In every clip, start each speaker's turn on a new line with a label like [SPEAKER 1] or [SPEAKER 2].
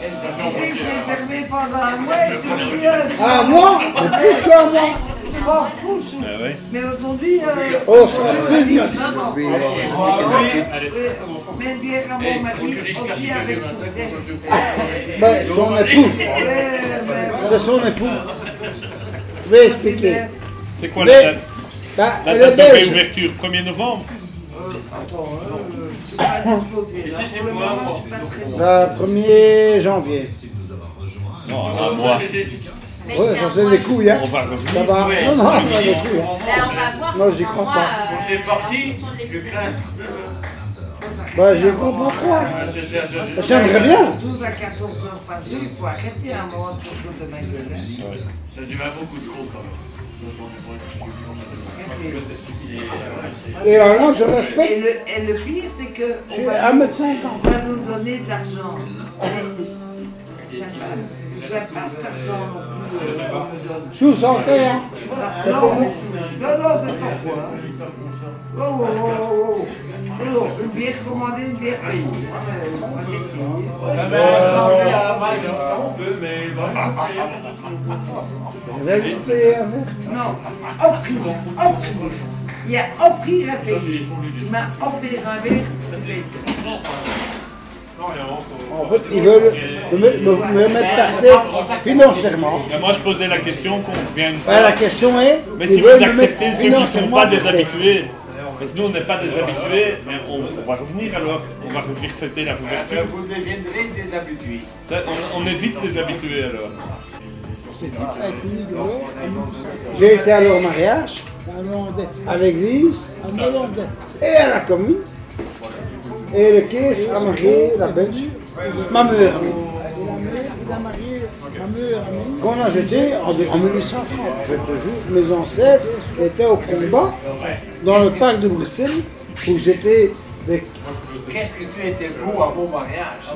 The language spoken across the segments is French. [SPEAKER 1] J'ai été fermé pendant un mois et tout seul.
[SPEAKER 2] Un mois Mais plus qu'un mois
[SPEAKER 1] Je m'en fous. je- Mais aujourd'hui, euh,
[SPEAKER 2] Oh, ça, 16 minutes. Oui.
[SPEAKER 1] mais une bière à mon mari aussi avec tout.
[SPEAKER 2] Ben, son époux. C'est son époux. Je vais expliquer.
[SPEAKER 3] C'est quoi
[SPEAKER 2] Mais-
[SPEAKER 3] la date
[SPEAKER 2] Ben,
[SPEAKER 3] La
[SPEAKER 2] elle est
[SPEAKER 3] date de
[SPEAKER 2] belge.
[SPEAKER 3] réouverture, 1er novembre
[SPEAKER 2] Le 1er janvier.
[SPEAKER 3] Non, à moi.
[SPEAKER 4] Mais
[SPEAKER 2] Ouais,
[SPEAKER 4] c'est
[SPEAKER 2] ça
[SPEAKER 4] un
[SPEAKER 2] c'est
[SPEAKER 4] mois.
[SPEAKER 2] des couilles, hein.
[SPEAKER 3] On va revenir.
[SPEAKER 2] Ça va. Non, non, pas des couilles. hein.
[SPEAKER 4] Ben, on va voir.
[SPEAKER 2] Non, j'y
[SPEAKER 4] dans un
[SPEAKER 2] crois
[SPEAKER 4] mois,
[SPEAKER 2] pas.
[SPEAKER 4] euh,
[SPEAKER 5] Bon, c'est
[SPEAKER 4] en
[SPEAKER 5] parti.
[SPEAKER 4] fonction de
[SPEAKER 5] Je
[SPEAKER 4] l'épidémie.
[SPEAKER 5] crains.
[SPEAKER 2] Ben, je comprends pourquoi.
[SPEAKER 5] Ah, c'est- c'est- c'est- c'est-
[SPEAKER 2] J'aimerais bien.
[SPEAKER 1] 12 à 14 heures par jour, il faut arrêter un moment surtout de ma gueule. hein.
[SPEAKER 5] Ça devient beaucoup trop quand même. Ce sont des points de discussion, ça
[SPEAKER 1] Arrêter.
[SPEAKER 5] devient- Et, euh, c'est-
[SPEAKER 2] Et alors, je respecte.
[SPEAKER 1] Et le, et le pire, c'est que on
[SPEAKER 2] J'ai
[SPEAKER 1] va,
[SPEAKER 2] 1m50.
[SPEAKER 1] on va nous donner de l'argent. Mais J'aime pas, j'aime pas cet argent non plus. euh, qu'on me donne.
[SPEAKER 2] Je vous sentais, hein.
[SPEAKER 1] Ah, Non, non, non, c'est pas toi. hein. Oh, oh, oh, oh, oh. Non, non, une bière commandée, une bière payée. Ah, mais, on va dire qu'il y a-
[SPEAKER 5] Ah, ben, ça, on est à Malte, ça, on peut, mais bon.
[SPEAKER 2] Vous avez été un verre
[SPEAKER 1] Non, offrir, offrir. Il y a offrir à payer. Tu m'as offert un verre, tu payes.
[SPEAKER 2] En fait, ils veulent me, me- me mettre par terre financièrement.
[SPEAKER 3] Ben, moi, je posais la question qu'on revienne.
[SPEAKER 2] Ben, la question est.
[SPEAKER 3] Mais
[SPEAKER 2] ils
[SPEAKER 3] si vous
[SPEAKER 2] veulent me
[SPEAKER 3] acceptez
[SPEAKER 2] mettre
[SPEAKER 3] ceux qui ne sont
[SPEAKER 2] financièrement
[SPEAKER 3] pas
[SPEAKER 2] par terre.
[SPEAKER 3] des habitués, parce que nous, on n'est pas des habitués, mais on, on va revenir alors. On va revenir fêter la
[SPEAKER 5] Après,
[SPEAKER 3] couverture.
[SPEAKER 5] Euh, vous deviendrez des habitués.
[SPEAKER 3] Ça, on, on évite les habitués alors.
[SPEAKER 2] J'ai été à leur mariage, à Hollandais, à l'église, à Hollandais et à la commune. Et le caisse a marié la Belge, ma mère. Qu'on a jeté en, en 1830. Je te jure, mes ancêtres étaient au combat dans le parc de Bruxelles où j'étais. des-
[SPEAKER 5] Qu'est-ce que tu étais beau hein. à mon mariage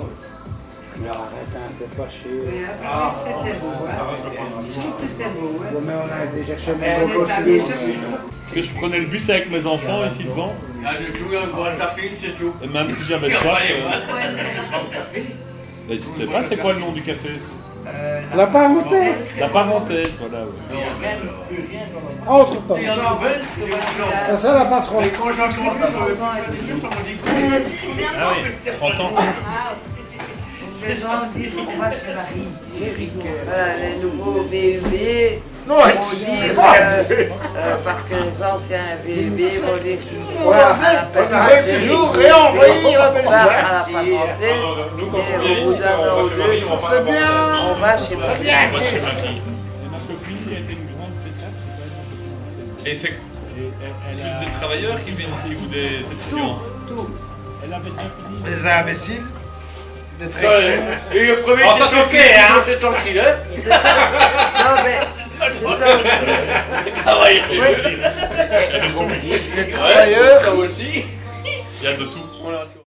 [SPEAKER 2] Mais arrête, hein, t'es pas chier.
[SPEAKER 1] Mais, hein, ça fait que c'était beau, hein. Je trouve que c'était beau, hein.
[SPEAKER 2] Mais on a été chercher
[SPEAKER 1] On
[SPEAKER 2] mon
[SPEAKER 1] est allé chercher
[SPEAKER 2] costume.
[SPEAKER 1] trop.
[SPEAKER 3] Parce que je prenais le bus avec mes enfants ici devant,
[SPEAKER 5] Ah, le jouer un bon tapis, c'est tout.
[SPEAKER 3] et même si j'avais soif. euh,
[SPEAKER 4] Ouais, mais-
[SPEAKER 3] ben, je sais pas c'est quoi le nom du café.
[SPEAKER 1] Euh,
[SPEAKER 2] La parenthèse,
[SPEAKER 3] La parenthèse, voilà. ouais.
[SPEAKER 2] entre-temps.
[SPEAKER 5] Il y en a vingt, c'est maintenant.
[SPEAKER 2] C'est ça la patronne.
[SPEAKER 5] Mais quand j'ai entendu, ça me ça m'a dit quoi
[SPEAKER 3] Ah oui, 30 ans.
[SPEAKER 4] Ah, ouais.
[SPEAKER 1] les gens disent on va chez Marie. Voilà, les nouveaux E VEB vont dire, euh, euh, parce que les anciens VEB vont dire, voilà, à la parenthèse,
[SPEAKER 5] et envoyer la
[SPEAKER 1] on part à la parenthèse, et au bout d'un an ou deux, on va chez Marie.
[SPEAKER 3] Et c'est plus des travailleurs qui viennent ici ou des étudiants
[SPEAKER 6] Les imbéciles. Les
[SPEAKER 5] Ça,
[SPEAKER 6] traiteurs.
[SPEAKER 5] euh, Et le premier,
[SPEAKER 6] Oh,
[SPEAKER 5] c'est
[SPEAKER 6] ça,
[SPEAKER 5] tranquille,
[SPEAKER 6] c'est-
[SPEAKER 5] hein, c'est tranquille, hein
[SPEAKER 1] Non, mais, c'est ça aussi.
[SPEAKER 5] Ah ouais, c'est
[SPEAKER 1] Oui,